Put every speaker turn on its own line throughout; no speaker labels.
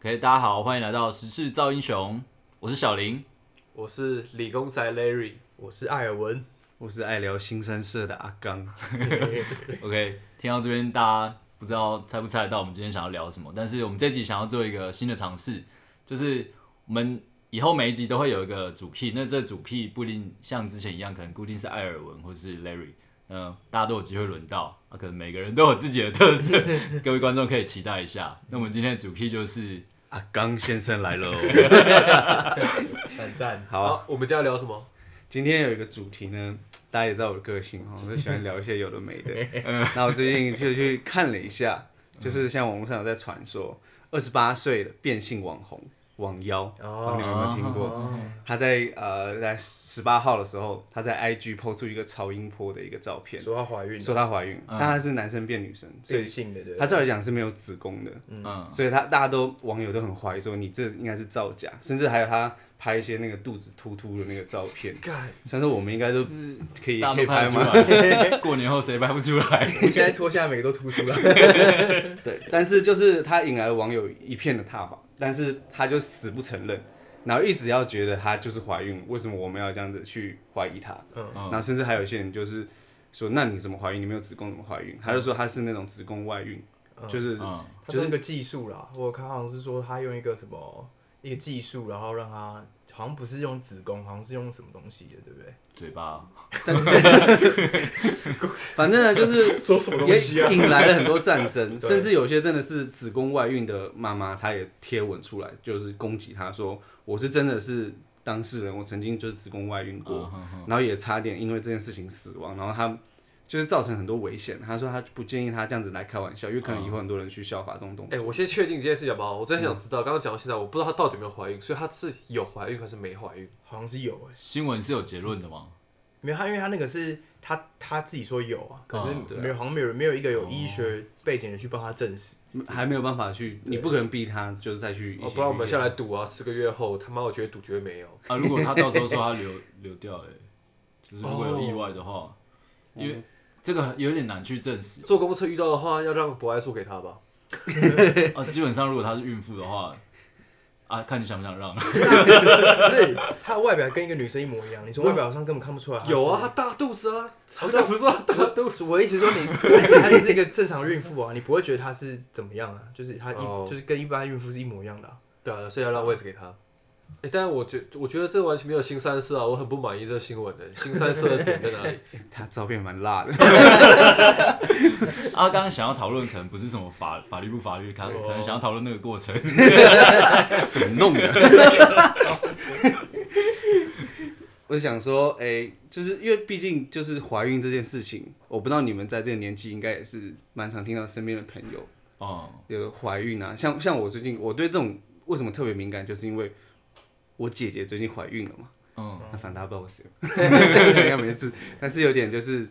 OK，大家好，欢迎来到时事造英雄，我是小林。
我是理工仔 Larry，
我是艾尔文，
我是爱聊新三社的阿刚，
OK，听到这边大家不知道猜不猜得到我们今天想要聊什么，但是我们这集想要做一个新的尝试，就是我们以后每一集都会有一个主 key，那这主 key 不一定像之前一样，可能固定是艾尔文或是 Larry，嗯、大家都有机会轮到，啊，可能每个人都有自己的特色，各位观众可以期待一下。那我们今天的主 key 就是
阿刚先生 来了哦。
赞赞，
好，
我们今天要聊什么？
今天有一个主题呢，大家也知道我的个性哦哈，我就喜欢聊一些有的 没的。嗯那我最近就去看了一下，就是像网络上有在传说，二十八岁的变性网红网妖，
哦
你们有没有听过？他在呃在十八号的时候，他在 IG 抛出一个超音波的一个照片，
说她怀孕了，嗯
说她怀孕，但她是男生变女生，所以
变性的对
她照理讲是没有子宫的。
嗯，
所以他大家都网友都很怀疑说你这应该是造假，甚至还有他拍一些那个肚子突突的那个照片。
干，
虽然说我们应该都可以
嗯大家
可
都拍
以拍
得出
吗？
来，过年后谁拍不出来？
我现在脱下来每个都凸出 来，
对，但是就是他引来了网友一片的挞伐，但是他就死不承认，然后一直要觉得他就是怀孕，为什么我们要这样子去怀疑他？
嗯
然后甚至还有一些人就是说，那你怎么怀孕？你没有子宫怎么怀孕？他就说他是那种子宫外孕，就是
嗯，
它是一个技术啦。我看好像是说她用一个什么一个技术，然后让她好像不是用子宫，好像是用什么东西的，对不对？
嘴巴，
反正呢就是
说什么东西啊？
也引来了很多战 争，甚至有些真的是子宫外孕的妈妈，她也贴文出来，就是攻击她说我是真的是当事人，我曾经就是子宫外孕
嗯
过，
嗯
然后也差点因为这件事情死亡，然后她就是造成很多危险。她说她不建议她这样子来开玩笑，因为可能以后很多人去效法这种东西。
哎、我先确定这件事情好不好？我真的很想知
嗯
道，刚刚讲到现在，我不知道她到底有没有怀孕，所以她是有怀孕还是没怀孕？
好像是有欸，
新闻是有结论的吗？
没有她，因为她那个是她她自己说有啊，可
嗯
是没有，好像没有人没有一个有医学背景的去帮她证实。
还没有办法去，你不可能逼她，就是再去一起
嗯哦，不然我们
去
下来赌啊！四个月后，他妈我觉得赌绝对没有。
啊，如果他到时候说他流流掉了欸、就是如果有意外的话，因为这个有点难去证 实
坐公车遇到的话，要让博爱做给他吧。
啊。基本上，如果她是孕妇的话，啊，看你想不想让。
不是，她的外表跟一个女生一模一样，你从外表上根本看不出来她是。
有啊，他大肚子啊！我刚不是说她大肚子？
我一直说你，她就是一个正常孕妇啊，你不会觉得她是怎么样啊？就是她一、
哦
就是跟一般孕妇是一模一样的、啊。
对啊，所以要让位置给他。哎、但是我觉我觉得这完全没有新三色啊，我很不满意这个新闻的、新三色的点在哪里？
她照片蛮辣的，
啊，刚刚想要讨论，可能不是什么法法律不法律，可能可能想要讨论那个过程。
怎么弄的？ 我想说，哎、就是因为毕竟就是怀孕这件事情，我不知道你们在这个年纪应该也是蛮常听到身边的朋友
哦、
有怀孕啊，像像我最近我对这种为什么特别敏感，就是因为我姐姐最近怀孕了嘛，
嗯，
那反正她不知道我谁， 这个应该没事，但是有点就是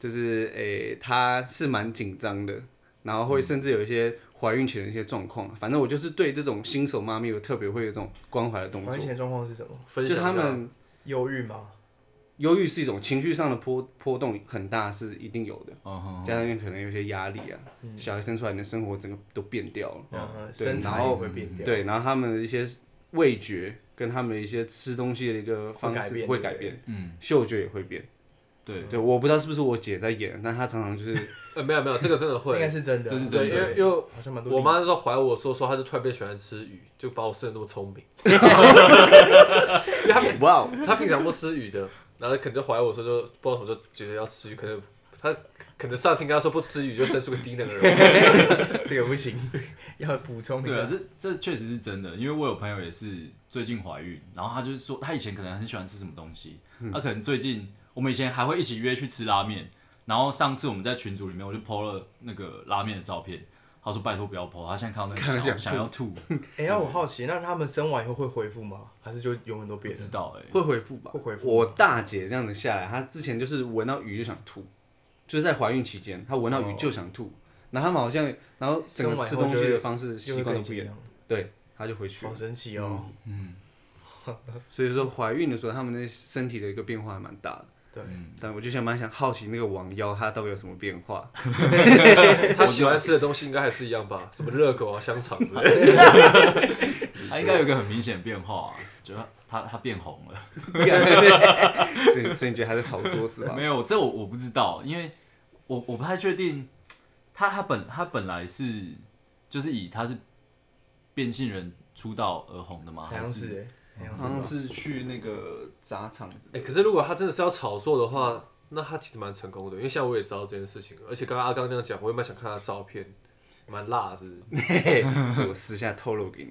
就是哎，她是蛮紧张的，然后会甚至有一些怀孕前的一些状况，反正我就是对这种新手妈咪，我特别会有这种关怀的动作
完，全状况是什么？
分
就
享一下
他们
忧郁吗？
忧郁是一种情绪上的波波动很大，是一定有的。
嗯哼，
加上因为可能有些压力啊，小孩生出来，你的生活整个都变掉了。
嗯，
对
身
然
材
后
也会变掉。
对，然后他们的一些味觉跟他们的一些吃东西的一个方
改
式
变
会
对嗯
改
不
变，
嗯，
嗅觉也会变。
对，
对，我不知道是不是我姐在演，但她常常 就是
呃没有没有，这个真的
这
会
应该是真的，啊
这是真
对，
的
因为因为
好像蛮多。
我妈那时候怀我说说，她就突然变喜欢吃鱼，就把我生得那么聪明。因为她平
哇，
哦
她平常不吃鱼的，然后可能就怀我说就不知道什么就觉得要吃鱼，可能她可能上天跟她说不吃鱼就生出个低能儿。
这个不行， 要补充一
对啊，
下。
这这确实是真的，因为我有朋友也是最近怀孕，然后她就是说，她以前可能很喜欢吃什么东西，她、可能最近我们以前还会一起约去吃拉面，然后上次我们在群组里面我就 PO 了那个拉面的照片，她说拜托不要 PO，她现在看到那
看
个
了
想
想
想要吐，
哎，那我好奇，那他们生完以后会恢复吗？还是就永远都
不
变了
知？道哎、
会回复吧？
会回复
我大姐这样子下来，她之前就是闻到鱼就想吐，就是在怀孕期间，她闻到鱼就想吐。然后他们好像，然后整
哦生
个
完以
吃
后
东
就
西
会
的方式习惯都不一样。
样，
对，她就回去
好
了。
神
嗯
奇哦！
嗯 所以说怀孕的时候，他们的身体的一个变化还蛮大的。
对，
但我就想蛮想好奇那个网妖它到底有什么变 化，
他喜欢吃的东西应该还是一样吧，什么热狗啊、香肠之类的。
他应该有一个很明显的变化、啊，觉得他他变红了。
所以所以你觉得它在炒作
啊
是吧？
没有，这我我不知道，因为我我不太确定他他本他本来是就是以他是变性人出道而红的吗？
好像是欸，好像
嗯
好像是去那个砸场子，
哎、可是如果他真的是要炒作的话，那他其实蛮成功的，因为像我也知道这件事情，而且刚刚阿刚那样讲，我也蛮想看他的照片，蛮辣的是不是。
这我私下透露给 你，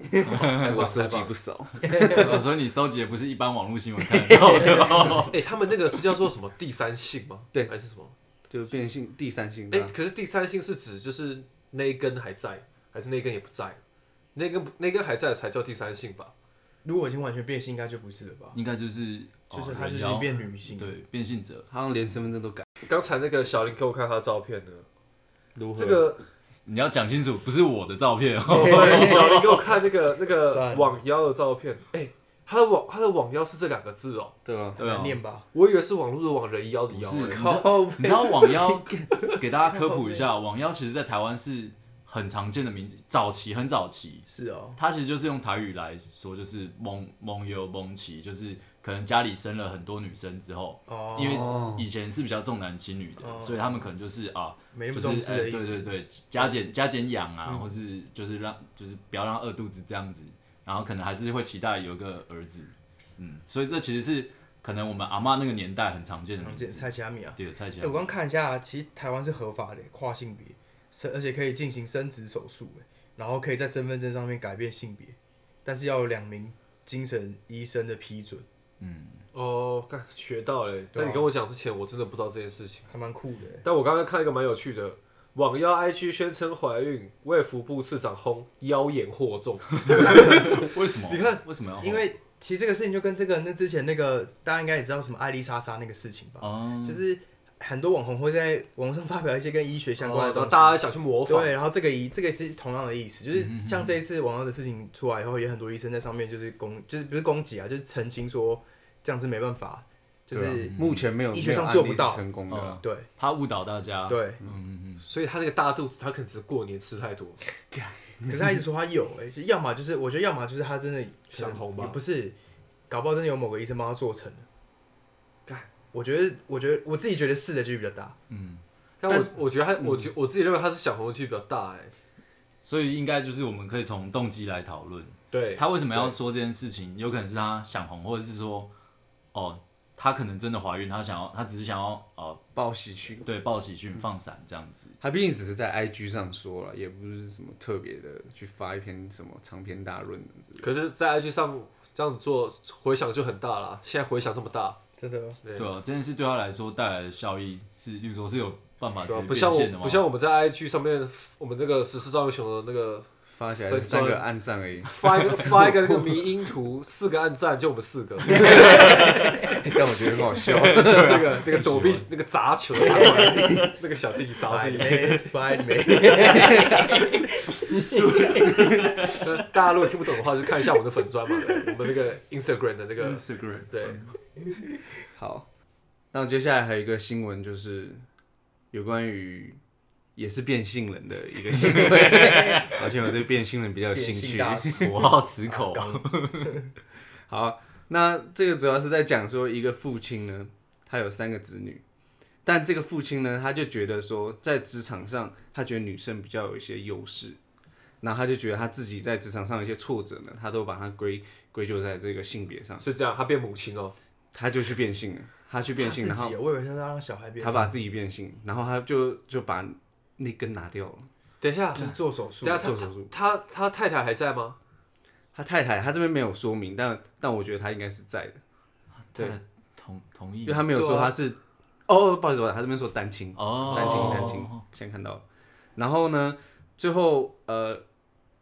我收集不少。
欸
有时候哦你收集的不是一般网络新闻看得到 的哦。
哎、他们那个是叫做什么第三性吗？
对
还是什么？
就变性第三性
哎、
吧，
可是第三性是指就是那一根还在，还是那一根也不在？那根那根还在才叫第三性吧？
如果已经完全变性，应该就不是了吧？
应该就是
就是
哦
他就
人
是
妖
变女性，
对变性者，
好像连身份证都改。
刚才那个小林给我看他的照片呢，
如
这个
你要讲清楚，不是我的照片 哦。
对 小林给我看那个那个
赞
网妖的照片，哎、他的网他的网妖是这两个字哦、
对啊，
对啊
难，念吧？
我以为是网络的网人妖的
不
妖
是，
欸
你
哎
知
靠，
道你知道网 妖给大家科普一下，网妖其实在台湾是很常见的名字，早期很早期，
是哦，
它其实就是用台语来说，就是蒙蒙游蒙奇，就是可能家里生了很多女生之后，
哦，
因为以前是比较重男轻女的，
哦
所以他们可能就是啊，
没那
就
么
是
重视
哎
的意
对对
思，嗯
对，加减加减养啊，或是就是让就是不要让饿肚子这样子，然后可能还是会期待有一个儿子，嗯，所以这其实是可能我们阿嬷那个年代很常见的
常
名
见
字，
菜奇阿米啊。
对，蔡
哎、
琴，
我刚看一下，其实台湾是合法的欸跨性别，生而且可以进行生殖手术，哎然后可以在身份证上面改变性别，但是要有两名精神医生的批准，
哦，看学到嘞、
对啊
在你跟我讲之前，我真的不知道这件事情。
还蛮酷的欸。
但我刚刚看一个蛮有趣的，网妖 IG 宣称怀孕，卫福部次长轰妖言惑众。
为什么？
你看
哦为什么要？
因为其实这个事情就跟这个那之前那个大家应该也知道什么艾丽莎莎那个事情吧，
哦，
就是很多网红会在网络上发表一些跟医学相关的
哦然
东
后
西。
大家想去模仿。
对，然后这个一这个是同样的意思，就是像这一次网络的事情出来以后，也很多医生在上面就是攻，就是不是攻击啊，就是澄清说这样是没办法，就是
啊目前没有
医学上
没有
做不到
案例是成功的啊。
嗯
对
怕误导大家。，
对。
嗯嗯
所以他那个大肚子，他可能只是过年吃太多。
嗯可是他一直说他有，哎，就要么就是我觉得要么就是他真的可能
想红吧
也不是，搞不好真的有某个医生帮他做成的。干，我觉得我觉得我自己觉得是的几率比较大，
嗯，
但我我觉得他，我觉我自己认为他是想红的几率比较大哎、
所以应该就是我们可以从动机来讨论，
对，
他为什么要说这件事情？有可能是他想红，或者是说，哦，他可能真的怀孕，他想要，他只是想要，呃，
报喜讯，
对，报喜讯、放闪这样子。
他毕竟只是在 IG 上说了，也不是什么特别的去发一篇什么长篇大论的之类的。
可是，在 IG 上这样做，回响就很大啦。现在回响这么大，
真的。
对
对啊，这件事对他来说带来的效益是，例如说是有办法直
对啊
接
吧不像
变现的吗？
我，不像我们在 IG 上面，我们那个十四张英雄的那个，
发起来三个暗赞而已
发一个发一个那个迷音图，四个暗赞，就我们四 个，
啊但我觉得很 好笑。
那个那个躲避那个砸 球，那个小弟弟砸自
哎
己。
Spiderman，
那大家如果听不懂的话，就看一下我们的粉砖嘛，对我们 那个 Instagram 的那个
Instagram 嗯
对。
好，那接下来还有一个新闻，就是有关于也是变性人的一 个新闻，而且我对变性人比较有兴
变 性
趣。
大师，
我好此口，
好，那这个主要是在讲说一个父亲呢，他有三个子女，但这个父亲呢，他就觉得说在职场上，他觉得女生比较有一些优势，然后他就觉得他自己在职场上有一些挫折呢，他都把它归归咎在这个性别上，
所以这样，他变母亲哦。
他就去变性了，他去变性，
他
然
自
后
己哦，我以为他是让小孩变
他把自己变性，然后他就就把那根拿掉了。
等一下，
就是做手术
等一，下
嗯
他
做手术
他他他太太还在吗？
他太太，他这边没有说明，但但我觉得他应该是在的，
对，同同
因
意
为他没有说他是，哦，不好意思，不好意思他这边说单亲，
哦，
单亲单亲，现在看到了。然后呢，最后呃，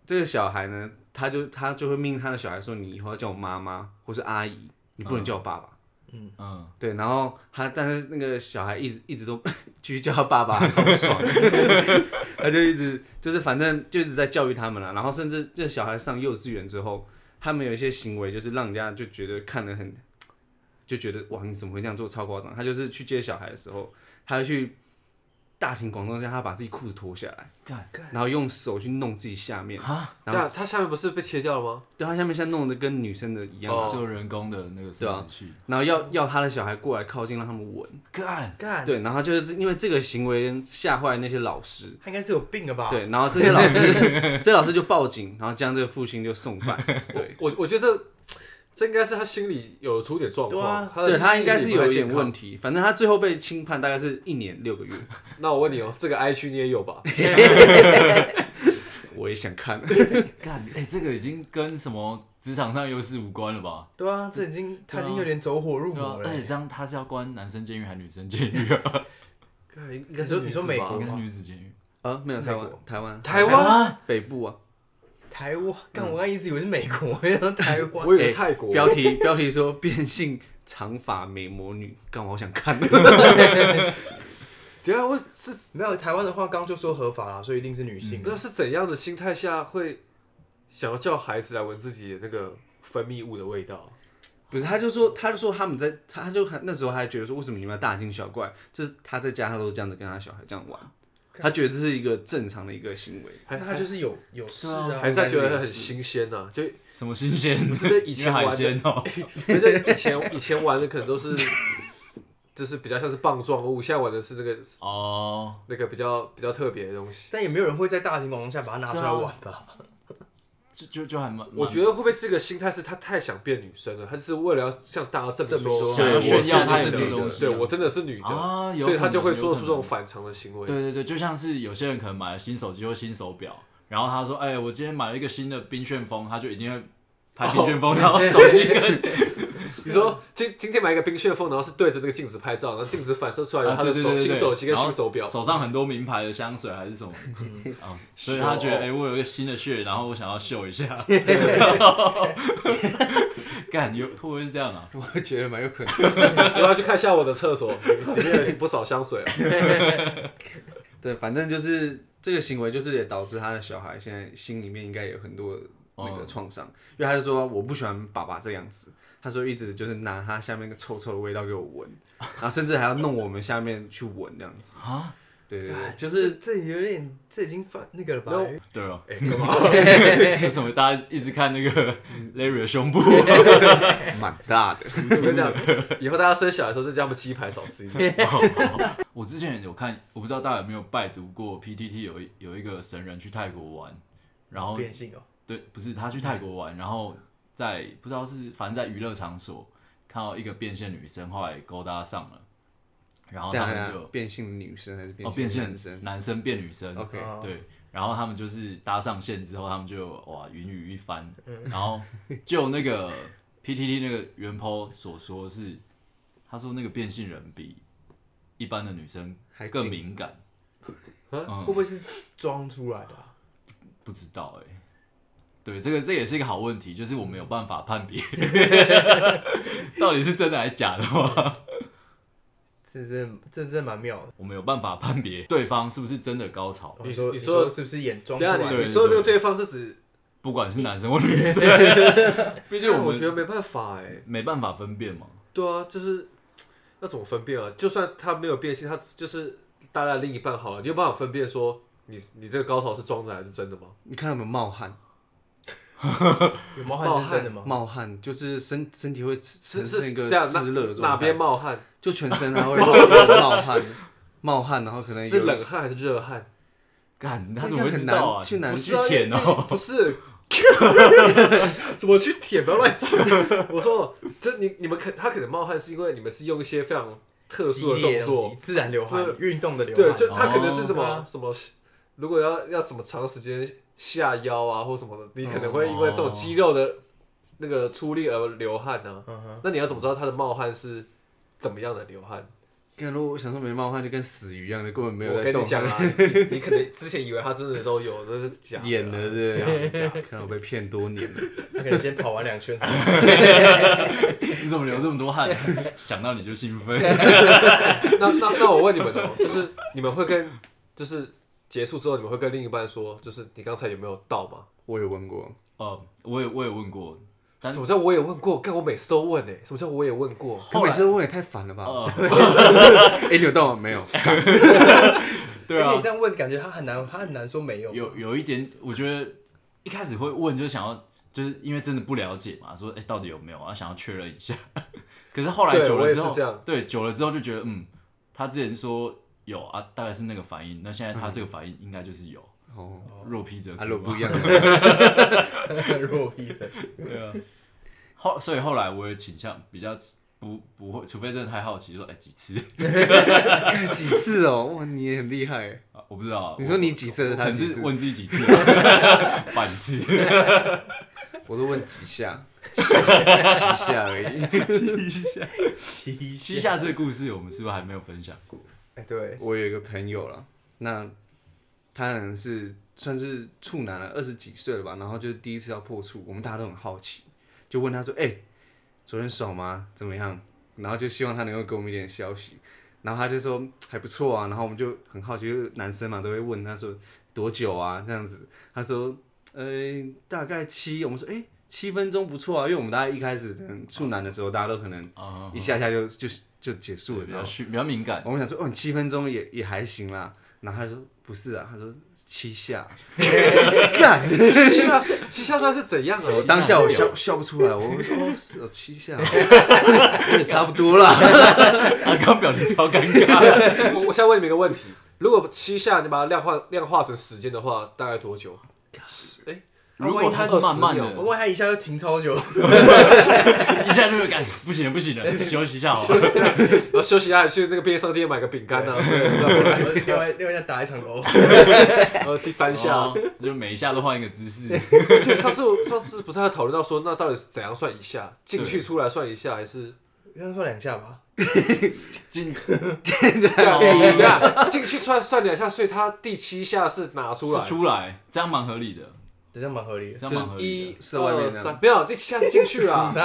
这个小孩呢，他就他就会命他的小孩说，你以后要叫我妈妈或是阿姨，你不能叫我爸爸。
嗯，
对，然后他，但是那个小孩一直一直都继续叫他爸爸，超不 爽，他就一直就是反正就一直在教育他们了。然后甚至这小孩上幼稚园之后，他们有一些行为就是让人家就觉得看得很，就觉得哇，你怎么会这样做？超夸张！他就是去接小孩的时候，他去大庭广众下，他把自己裤子脱下来，
干
然后用手去弄自己下面，然后
那他下面不是被切掉了吗？
对他下面像弄得跟女生的一样，
哦
是用人工的那个
对
生
啊
殖器，
然后要要他的小孩过来靠近，让他们闻。
干
干，
对，然后他就是因为这个行为吓坏那些老师。
他应该是有病了吧？，
对，然后这些老师，这老师就报警，然后将这个父亲就送办。对，
我我觉得这这应该是他心里有出点状
对
况
啊，
对
的
他应该
心
是
理不太
有一点
健康
问题，反正他最后被轻判大概是一年六个月。
那我问你哦，这个 I 区你也有吧？
哎我也想看，
干，哎、这个已经跟什么职场上优势无关了吧？
对啊，这已经他已经有点走火入
对啊
魔，了欸
而。且这样他是要关男生监狱还是女生监狱 啊？
干应
你说你说美
吧
国
应该是
吗
女子监狱。
啊，没有
是
台
美
湾
国，
台湾，
台湾
啊，
北部啊，
台湾，干我刚一直以为是美国， 没想到台湾
我。以为
哎
泰国。
标题 标题说变性长发美魔女，干我好想看。
等一下啊我是
没有台湾的话，刚刚就说合法啦，所以一定是女性
嗯
啊
不知。道是怎样的心态下会想要叫孩子来闻自己的那个分泌物的味道？
不是，他就说，他就说他们在，他他就还那时候还觉得说，为什么你们要大惊小怪？这是他在家他都这样子跟他小孩这样玩，他觉得这是一个正常的一个行为。
那他就是有有事啊，
还是他觉得
应该
很
是
新鲜呢、就
什么新鲜？不
是以前玩
海
的
鲜 哦、
就是以前以前玩的可能都是，就是比较像是棒状物，现在玩的是那个
哦，
那个比较比较特别的东西。
但也没有人会在大庭广众下把它拿出来玩吧？
就就就还蛮，
我觉
得
得会不会是一个心态，是他太想变女生了，他就是为了要向大家证
证
明
明
说，
说
想要
我
炫耀
是
他
女
有这
的
个东西啊
对我真的是女的，
啊有
所以他
可
就
能
会做
有可
出这种
能
反常的行为。
对对对，就像是有些人可能买了新手机或新手表，然后他说：“哎、我今天买了一个新的冰旋风，他就一定会拍冰旋
哦
风，然后手机 跟
你说今今天买一个冰旋风，然后是对着那个镜子拍照，然后镜子反射出来有
啊
他
对
的
对
手
对
新
对
手机跟
然后
新手表，嗯
手上很多名牌的香水还是什么 啊、所以他觉得哎、我有一个新的血，然后我想要秀一 下，干有会不会是这样 啊？
我觉得蛮有可能。
我要去看一下我的厕 所，里面有不少香水、啊。
对，反正就是这个行为，就是也导致他的小孩现在心里面应该有很多那个创伤，因为他就说我不喜欢爸爸这样子，他说一直就是拿他下面那个臭臭的味道给我闻，然后甚至还要弄我们下面去闻这样子。
啊，
对对对，就
就是是这有点，这已经犯那个了吧？
No
对哦，
哎、干嘛？
为什么大家一直看那个 Larry 的胸部？
蛮大 的。
我跟你讲，以后大家生小孩的时候，就叫他们鸡排少吃一点。
我之前有看，我不知道大家有没有拜读过 PTT 有一有一个神人去泰国玩，然后
变性哦，
对，不是他去泰国玩，然后在不知道是反正在娱乐场所看到一个变性女生，后来勾搭上了，然后
对
他
啊
们，就
变性女生还是
哦
变
变
性
性
男生？嗯
男生变女生
OK
哦
对，然后他们就是搭上线之后，他们就哇云雨一番，
嗯
然后就那个 PTT 那个原 po 所说是，他说那个变性人比一般的女生
还
更
紧
敏感，
会不会是装出来的啊？
不知道哎、对，这个这也是一个好问题，就是我没有办法判别 到底是真的还是假的嘛，
这真这真的蛮妙的。
我没有办法判别对方是不是真的高潮，
哦
你
说
你
你
说啊
是不是演装
等
出
一下
来
你
对
你
的？
说这个对方是指，
不管是男生或女生，毕竟
但
我
啊我
们
觉得没办法哎、
没办法分辨嘛。
对啊，就是要怎么分辨啊？就算他没有变性，他就是大家的另一半好了，你有办法分辨说你你这个高潮是装的还是真的吗？
你看有没有冒汗？
有毛汗是真的吗？
冒汗就是身身体会是
是哦是
那
是
个
这样
湿热的
哪
状态
哪边冒汗？
就全身它会冒 汗，冒汗，然后可能有
是冷汗还是热汗？
干，
这
他怎么会
应该很
知道啊？
难去难
不是
去
啊舔哦、
不是，怎么去舔？不要乱讲。我说，这你你们可他可能冒汗，是因为你们是用一些非常特殊的
激烈
动
的东西
作，
自然流汗
这，
运动的流汗。
对，就他可能是什么、
哦
对啊
什么，如果要要什么长时间下腰啊或什么的，你可能会
嗯
因为这种肌肉的那个出力而流汗啊。
嗯哼，
那你要怎么知道他的冒汗是怎么样的流汗？
看，如果我想说没冒汗，就跟死鱼一样的，根本没有
我
在
跟
动
你。讲啊，你你你可能之前以为他真的都有，那是假
演
的
的，
啊。
对不
假
对？
假
可能我被骗多年了。
他可能先跑完两圈，
你怎么流这么多汗？啊 想到你就兴奋。
那那那我问你们哦， 就是你们会跟就是结束之后，你们会跟另一半说，就是你刚才有没有到吗？
我有问过，
哦，我也我也问过，但
什么叫我也问过？干，我每次都问诶、什么叫我也问过？
可
后
每
来
次问也太烦了吧？
哦
呃，
哎，你有到吗没 有？
对
而且
啊
你，这样问，感觉他很难，他很难说没有。
有有一点，我觉得一开始会问，就是想要，就是因为真的不了解嘛，说哎、诶到底有没有啊，想要确认一下。 可是后来
对
久
我
了
也
之
是
后
这样，
对久了之后就觉得，嗯，他之前说有啊，大概是那个反应，那现在他这个反应应该就是有，
哦，
肉皮则
啊，如果不一
样。
样，
弱逼的，
对啊， 后所以后来我也倾向比较不不会，除非真的太好奇，就说哎、几次
看几次哦，哇，你也很厉害。
啊，我不知道。
你说你几次，
我可
他
能
几次
是？问自己几次，啊 反次。
我都问几 下，几下而已。
七下，
七
七下这个故事我们是不是还没有分享过？
哎，对，
我有一个朋友了，那他可能是算是处男了，二十几岁了吧，然后就是第一次要破处，我们大家都很好奇，就问他说：“哎、昨天爽吗？怎么样？”然后就希望他能够给我们一点消息，然后他就说还不错啊，然后我们就很好奇，就是男生嘛都会问他说多久啊这样子，他说呃大概七，我们说哎、七分钟不错啊，因为我们大家一开始可能处男的时候，大家都可能
啊，
一下下就就就结束了，
比
然后
较虚，比 较敏感。
我们想说，哦，你七分钟也也还行啦。然后他就说不是啊，他说七 下。干，
七下七下到底是怎样啊？
我当下我笑笑不出来，我说哦，是哦七下，哦 也差不多啦。
阿刚表情超尴尬。
我我现在问你们一个问题：如果七下你把它量化量化成时间的话，大概多久？十哎、
如果他是慢慢的，
不过他一下就停超久，
一下就会感觉不行了，不行了， 休息一下好了。
然后休息一下去那个便利商店买个饼干啊，
另外另外一下打一场楼，
然后第三下。
哦就每一下都换一个姿势。
对，上次我上次不是还讨论到说，那到底是怎样算一下？进去出来算一下，还是
刚刚说两下吧，
进
对啊？对啊，进去出来算两下，所以他第七下是拿出来
是，出来，这样蛮合理的，
这样蛮合理的。
这样蛮合理
一
的。
是外面
二
这样
三，没有第七 下是啊进去了，一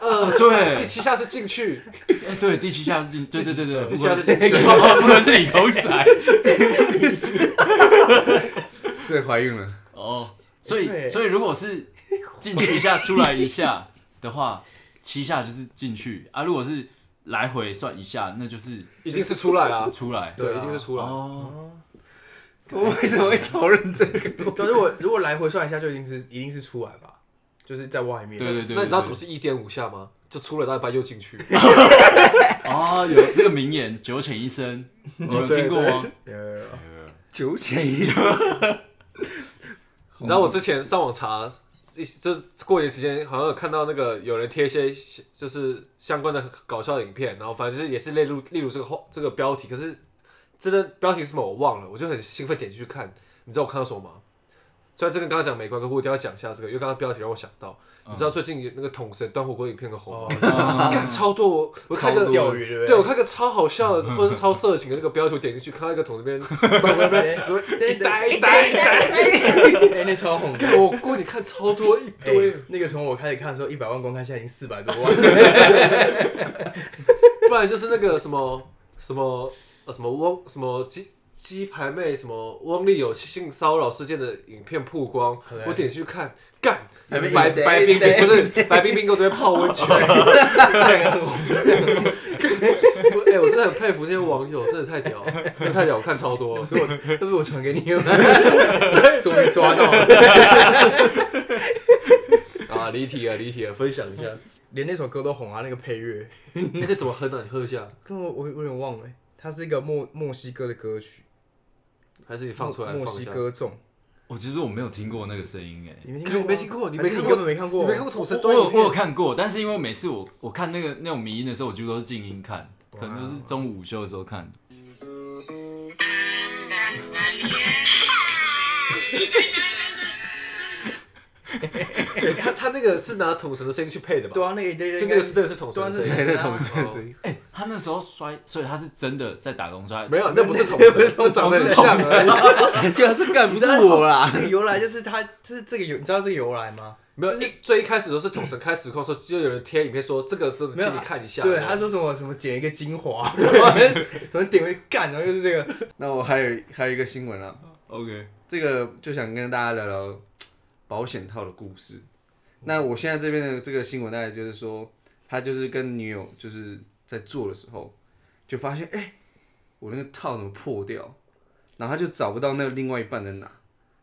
二三
对
第七下是进去，
哎对，第七下是进，对对对对，
第七下是进
不
去，
能不能是你狗仔
所以怀孕了，
哦。所以
对
所以如果是进去一下，出来一下的话，七下就是进去啊。如果是来回算一下，那就是
一定是出来啊，
出来。
对，
对
一
啊
定是出来。
哦，
我为什么会讨论这个？
对，如果如果来回算一下，就一定是一定是出来吧，就是在外面。
对对对。
那你知道
对
什么是一点五下吗？就出了大半又进去，
哦，有这个名言“九浅一深”，你有听过吗？
哦对，
九浅一深，
你知道我之前上网查，一就是过年期间好像有看到那个有人贴一些就是相关的搞笑影片，然后反正就是也是例如例如这个后这个标题，可是真的标题是什么我忘了，我就很兴奋点进去看，你知道我看到什么吗？虽然这跟刚刚讲没关，可我一定要讲一下这个，因为刚刚标题让我想到，你知道最近那个桶神端火锅影片很红吗， 看超多，我我看
个
个
哦啊钓鱼对不
对，我看个超好笑的，或者是超色情的那个标题，我点进去看到一个桶 那边，不不
对？
不，怎么
对
一呆一呆一呆，
对，那超红
看我过年看超多一堆
对，，哎那个从我开始看的时候一百万观看，现在已经四百多万。
不然就是那个什么什么呃什么翁什么鸡鸡排妹什么翁丽友性骚扰事件的影片曝光，
对
我点进去看，干
还没
白
赢得
白冰冰不是白冰冰给我这边泡温泉，我哎、我真的很佩服这些网友，真的太屌，真的太屌，我看超多，
所以我那不是我传给你的，终于抓到了。
啊，离题了离题了，分享一下，
连那首歌都红啊，那个配乐，
那、这怎么哼啊？你喝一下，
跟我我我有点忘了欸，它是一个墨墨西哥的歌曲，
还是你放出来
墨
放一
西
下？
哥粽，
我其实我没有听过那个声音哎，
你没听
看
过
我
吗？还
没听过，你没
是
看
你
过
根，本没看过，
你没看过统神
我
端
有
影
我有
片？
看过，但是因为每次我我看那个那种迷音的时候，我几乎都是静音看，可能就是中午午休的时候看。
对他他那个是拿桶神的声音去配的吧？
对啊，那个对对，
所以那个是真的是桶神的声
对
音哦
啊。
对，那同事的声音，
哎，他那时候摔，所以他是真的在打工摔。
没有，那不是桶神，那长得很像而已。
就他这干不是我啦。
哎这个由来就是它，就是这个由，你知道这个由来吗？
没有，一最一开始都是桶神开实况的时候，就有人贴影片说这个是
没有
请你看一下。
对，
然后
他说什么什么剪一个精 华， 然后怎么点回去干，然后就是这个，
那我还有还有一个新闻啊，
OK，
这个就想跟大家聊聊保险套的故事。那我现在这边的这个新闻大概就是说，他就是跟女友就是在做的时候，就发现哎、我那个套怎么破掉，然后他就找不到那个另外一半在哪，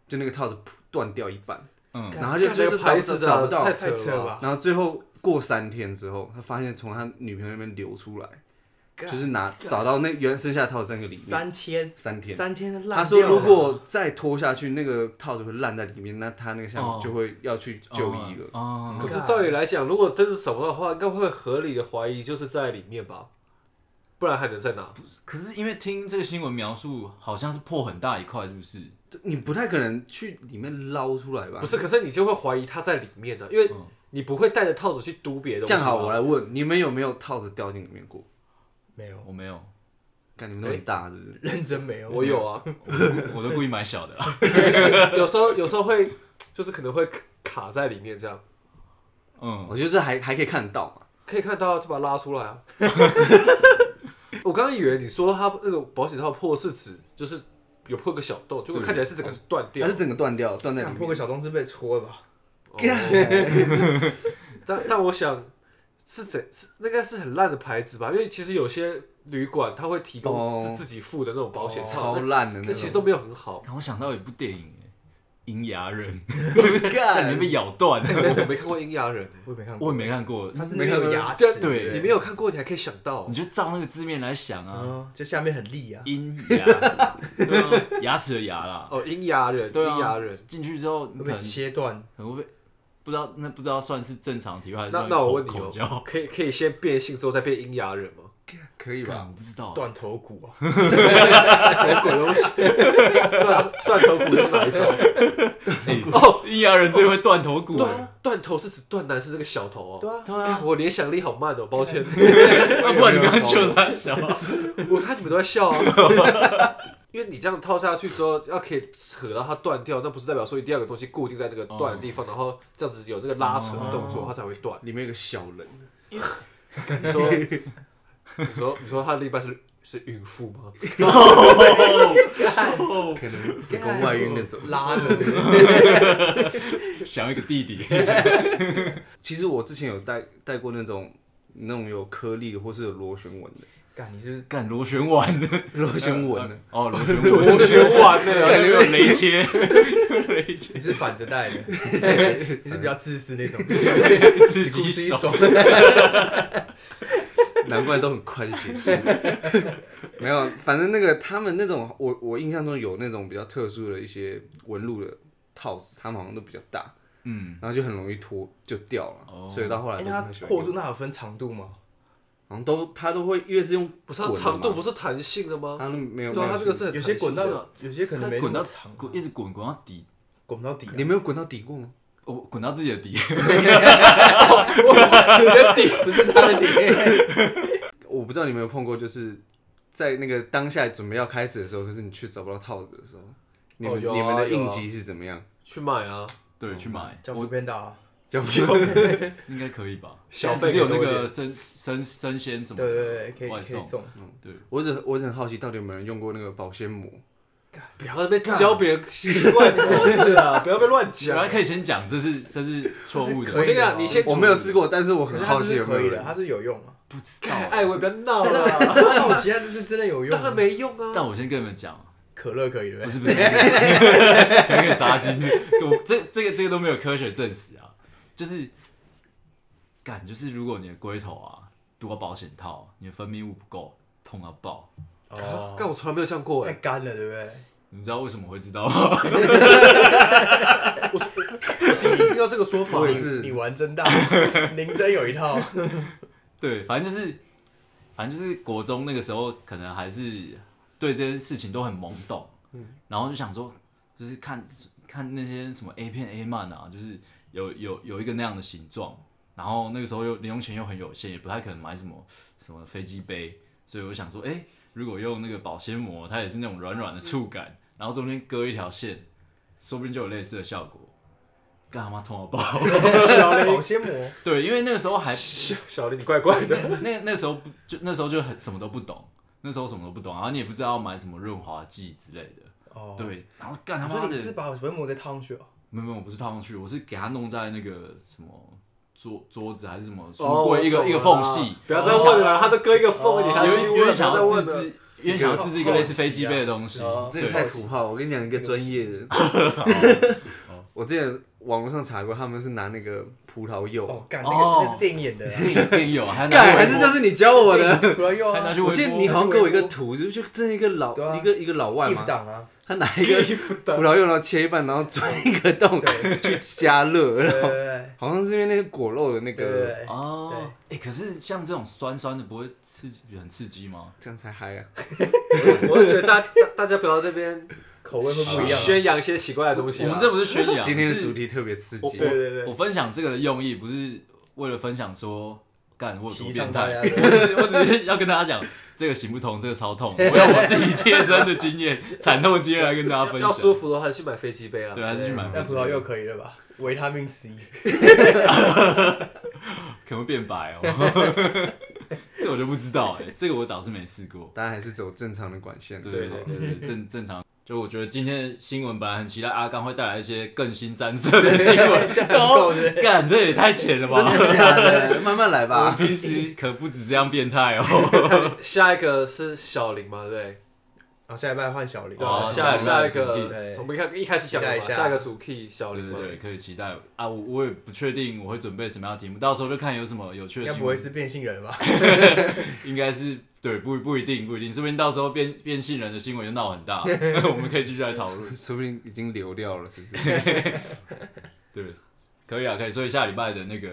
就那个套子断掉一半，
嗯，
然后就
干
觉
那
得
个
找
牌
找
子的
找不到
太，
太扯了吧？
然后最后过三天之后，他发现从他女朋友那边流出来，就是拿找到那原剩下的套子在那个里面，
三天，
三天。
三天烂掉
他
了。
说，如果再拖下去，那个套子会烂在里面，那他那个项目
哦
就会要去就医了。
哦，
可是照理来讲，如果真的找不到的话，应该会合理的怀疑就是在里面吧，不然还能在哪？
可是因为听这个新闻描述，好像是破很大一块，是不是？
你不太可能去里面捞出来吧？
不是，可是你就会怀疑它在里面的，因为你不会戴着套子去嘟别的。
这样好，我来问你们有没有套子掉进里面过？
没有，
我没有，
看你们都很大，是不是？
认真没有。
我有啊，
我都故我都故意买小的啦。啊
有时候有时候会就是可能会卡在里面，这样
嗯，
我觉得这还还可以看得到嘛。
可以看到就把它拉出来啊。我刚刚以为你说它那个保险套破是指就是有破个小洞，结果看起来是整个是断掉
它是。整个断掉，断在里
看破个
面。
小洞是被戳的吧？
哦但但我想是怎是那应该是很烂的牌子吧？因为其实有些旅馆它会提供
哦
是自己付的那种保险
超
套，
烂的哦那
那那
种
其实都没有 很好。
但我想到一部电影，哎《银牙人》
哎
在里面
干
被咬断，
我没看过阴阳人，欸
我也没看过。
我也没看过。
它是
没
没
看过
有牙齿，
啊对
你没有看过，你还可以想到
你就照那个字面来想啊，
嗯，就下面很利啊。
鹰牙， 对啊，牙齿的牙 啦，
哦，阴阳人，
对
阴
啊
阳人。，
进去之后你
会
可
被
能
切断，
可能会被不知道那不知道算是正常题外还是
那
算
那我
口
问你
口
哦
交？，
可以可以先变性之后再变阴阳人吗？
可
啊
以
干
吧？
我不知道，
断头骨啊，
什么鬼东西？ 断断头骨是哪一种？
哦，阴阳人最会断头骨，哎
断断头是指断男是这个小头哦。
对啊，
啊对
啊
啊，
我联想力好慢哦，抱歉。
要啊 不然你刚刚就在想，
啊我看你们都在笑啊， 因为你这样套下去之后，要可以扯到它断掉，那不是代表说一定要有东西固定在那个断的地方，然后这样子有那个拉扯的动
哦
作，它才会 断。
里面有个小人，
你说，你说，你说他的另一半是是孕妇吗？
哦
可能子宫外孕那种。
拉着，
想一个弟弟，
其实我之前有带带过那种那种有颗粒或是有螺旋纹的，
干你是不是
干螺旋丸，
螺旋纹的，
哦，螺旋丸，
螺旋 丸呢？
感觉有雷切，雷切
你是反着戴的，你是比较自私那种，
自
顾
己
自己
手，
爽。
难怪都很快就结束。 没有，反正那个他们那种，我我印象中有那种比较特殊的一些纹路的套子，他们好像都比较大，
嗯，
然后就很容易脱就掉了，
哦
所以到后来
哎，
都
那
不太喜
它
欢用
阔度那有分长度吗？
好像都他都会越是用
不是它啊长度不是弹性的吗？
他没有
是吗？啊
没有
它这个是很
有些滚
弹性的
到，有些可能
他
没那
滚
么
到
长，啊
滚一直滚滚到底，
滚不到底啊。
你没有滚到底过吗？
我滚到自己的底，
你的底
不是他的底，
我不知道你们有碰过，就是在那个当下准备要开始的时候，可是你却找不到套子的时候，你们、
有啊
你们的
有啊
应急是怎么样？
去买啊，
对，去买，
哦叫
我
福边大，
叫不到
应该可以吧？
小
不
费
是有
给
那
多一
个
点
生生生鲜什么
对
的，
对对，可以
外
可以
送，
送。
对，
我只我只很好奇，到底有没有人用过那个保鲜膜？
不要在那边教别人奇怪的姿势啊！不要被乱
本来
讲。
可以先讲，这是这是错误
这是可
的
我
以，
跟你讲，你先
我没有试过，但是我
可
很
是它
好
是不
奇
是
有没
可
有
以的，
人
它。是有用啊。
不知道
看，哎，我不要闹
但
了，
是 好奇，它是真的有用
当然
啊。
没用啊。
但我先跟你们讲，
可乐可以对
不
不对？
是不是，可可以杀鸡，我这这个这个都没有科学证实啊。就是，感就是如果你的龟头啊多保险套，你的分泌物不够，痛到爆。
哦，
但我从来没有这样过
太
哎，
干了，对不对？
你知道为什么会知道吗？
第一次听到这个说法
我。也
你
是
你玩 真大，您真有一套。
对，反正就是，反正就是国中那个时候，可能还是对这件事情都很懵懂，然后就想说，就是看看那些什么 A 片 A 漫啊，就是有有有一个那样的形状，然后那个时候又零用钱又很有限，也不太可能买什么什么飞机杯，所以我想说，哎、如果用那个保鲜膜，它也是那种软软的触感，然后中间割一条线，说不定就有类似的效果。干他妈痛到爆！
小雷保鲜膜，
对，因为那个时候还
小小林，你怪怪的。
那那时候不就那时候就很什么都不懂，那时候什么都不懂，然后你也不知道买什么润滑剂之类的，
哦，
对，然后干他
所
妈
以你是
的，
把保鲜膜再套上去哦。
没有没有，我不是套上去，我是给他弄在那个什么桌桌子还是什么书
哦，
柜、一个一个缝隙，哦
不要再问哦了，他都割一个缝，你还
因
去
为
问
因为
了
想
不
要
要
自
再问了
制，因为想要自制一个类似飞机杯的东西
哦，
这个
对
太土炮，我跟你讲一个专业的。 我之前网络上查过，他们是拿那个葡萄柚，
哦，干那
哦
个那是电影演的啊，
电影电影有，还有拿
干
微
还是
波
就是你教我的。
不要用
还拿
啊
去微
我
波
记得你好像给我一个图，就是就真的一个老
对啊
一个一个老外嘛
，if，档啊，
他拿一个葡萄柚，然后切一半，然后钻一个洞
对
去加热，
对
然
对
后
对
好像是因为那个果肉的那
对对
个，
对，
哦，哎、可是像这种酸酸的，不会刺激很刺激吗？
这样才嗨啊！
我就觉得大大大家不要这边
口味会不一样啊，
宣扬一些奇怪的东西
我
啊。
们这不是宣扬，
今天的
是
主题特别刺激，
对对对，
我分享这个的用意不是为了分享说干我有多
提
变
倡
态
大，家
我
的
只是 我只是要跟大家讲，这个行不通，这个超痛，我用我自己切身的经验、惨痛经验来跟大家分
要舒
享。
服的话去买飞机杯了。
对，还是去买
那葡萄柚可以了吧？维他 命 C，
可能会变白哦。 这我就不知道哎、这个我倒是没试过。
大家还是走正常的管线。
对对
不
对对，正正常。就我觉得今天的新闻本来很期待阿刚会带来一些更新三色的新 闻，然后干这也太浅了吧？
真的假 的？慢慢来
我们
吧。
平时可不止这样变态哦。
下一个是小林嘛，对
好，下一拜换小林，
对
哦
吧，
下
下
一
下
个
一
主
题
个
对
我们一开一开始讲
期
的嘛，
待一下
下一个主 key 小
对
林
对
嘛，
对，可以期待啊！我我也不确定我会准备什么样的题目，到时候就看有什么有趣
应
的
该
新
不会
闻。
是变性人吧？
应该是对，不不一定不一定，说不定到时候变变性人的新闻就闹很 大，我们可以继续来讨论。
说不定已经流掉了，是不是？
对，可以啊，可以。所以下礼拜的那个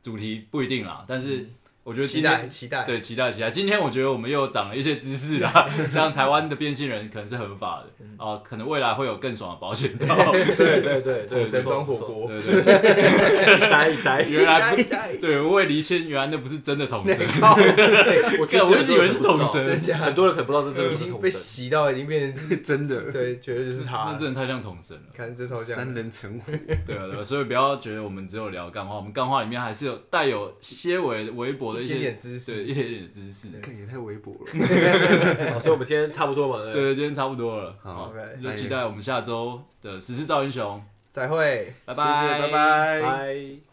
主题不一定啦，但是我觉得
嗯期
今
待
天
期待，
对期待期待。今天我觉得我们又长了一些知识 啦，像台湾的变性人可能是合法的
嗯
哦、可能未来会有更爽的保险 套。
对对对对，
火神
不错
端火，
不错
锅，
对对对，
一呆一呆。
原来不
期待
对，我也厘清，原来那不是真的同
那
性。
个靠
我
对， 我一直以为是
同
同
声，
声
真，假
很多人可能不知道这真
这
的
已
不是
经
同
被
声。
洗到，已经变 成是
真的，
对，绝对就是他
那
了。
真的太像同声了。
看这超像
三
的，
人成虎。
对啊，对啊，所以不要觉得我们只有聊干话，我们干话里面还是有带有些微微薄的一些
一点点知识
对一点点知识。
看也太微薄了。
好哦所以我们今天差不多嘛，对不对。
对，今天差不多了，
好
好
OK，
就期待我们下周的《时事造英雄》，
再会。
拜
谢谢，拜拜。
拜。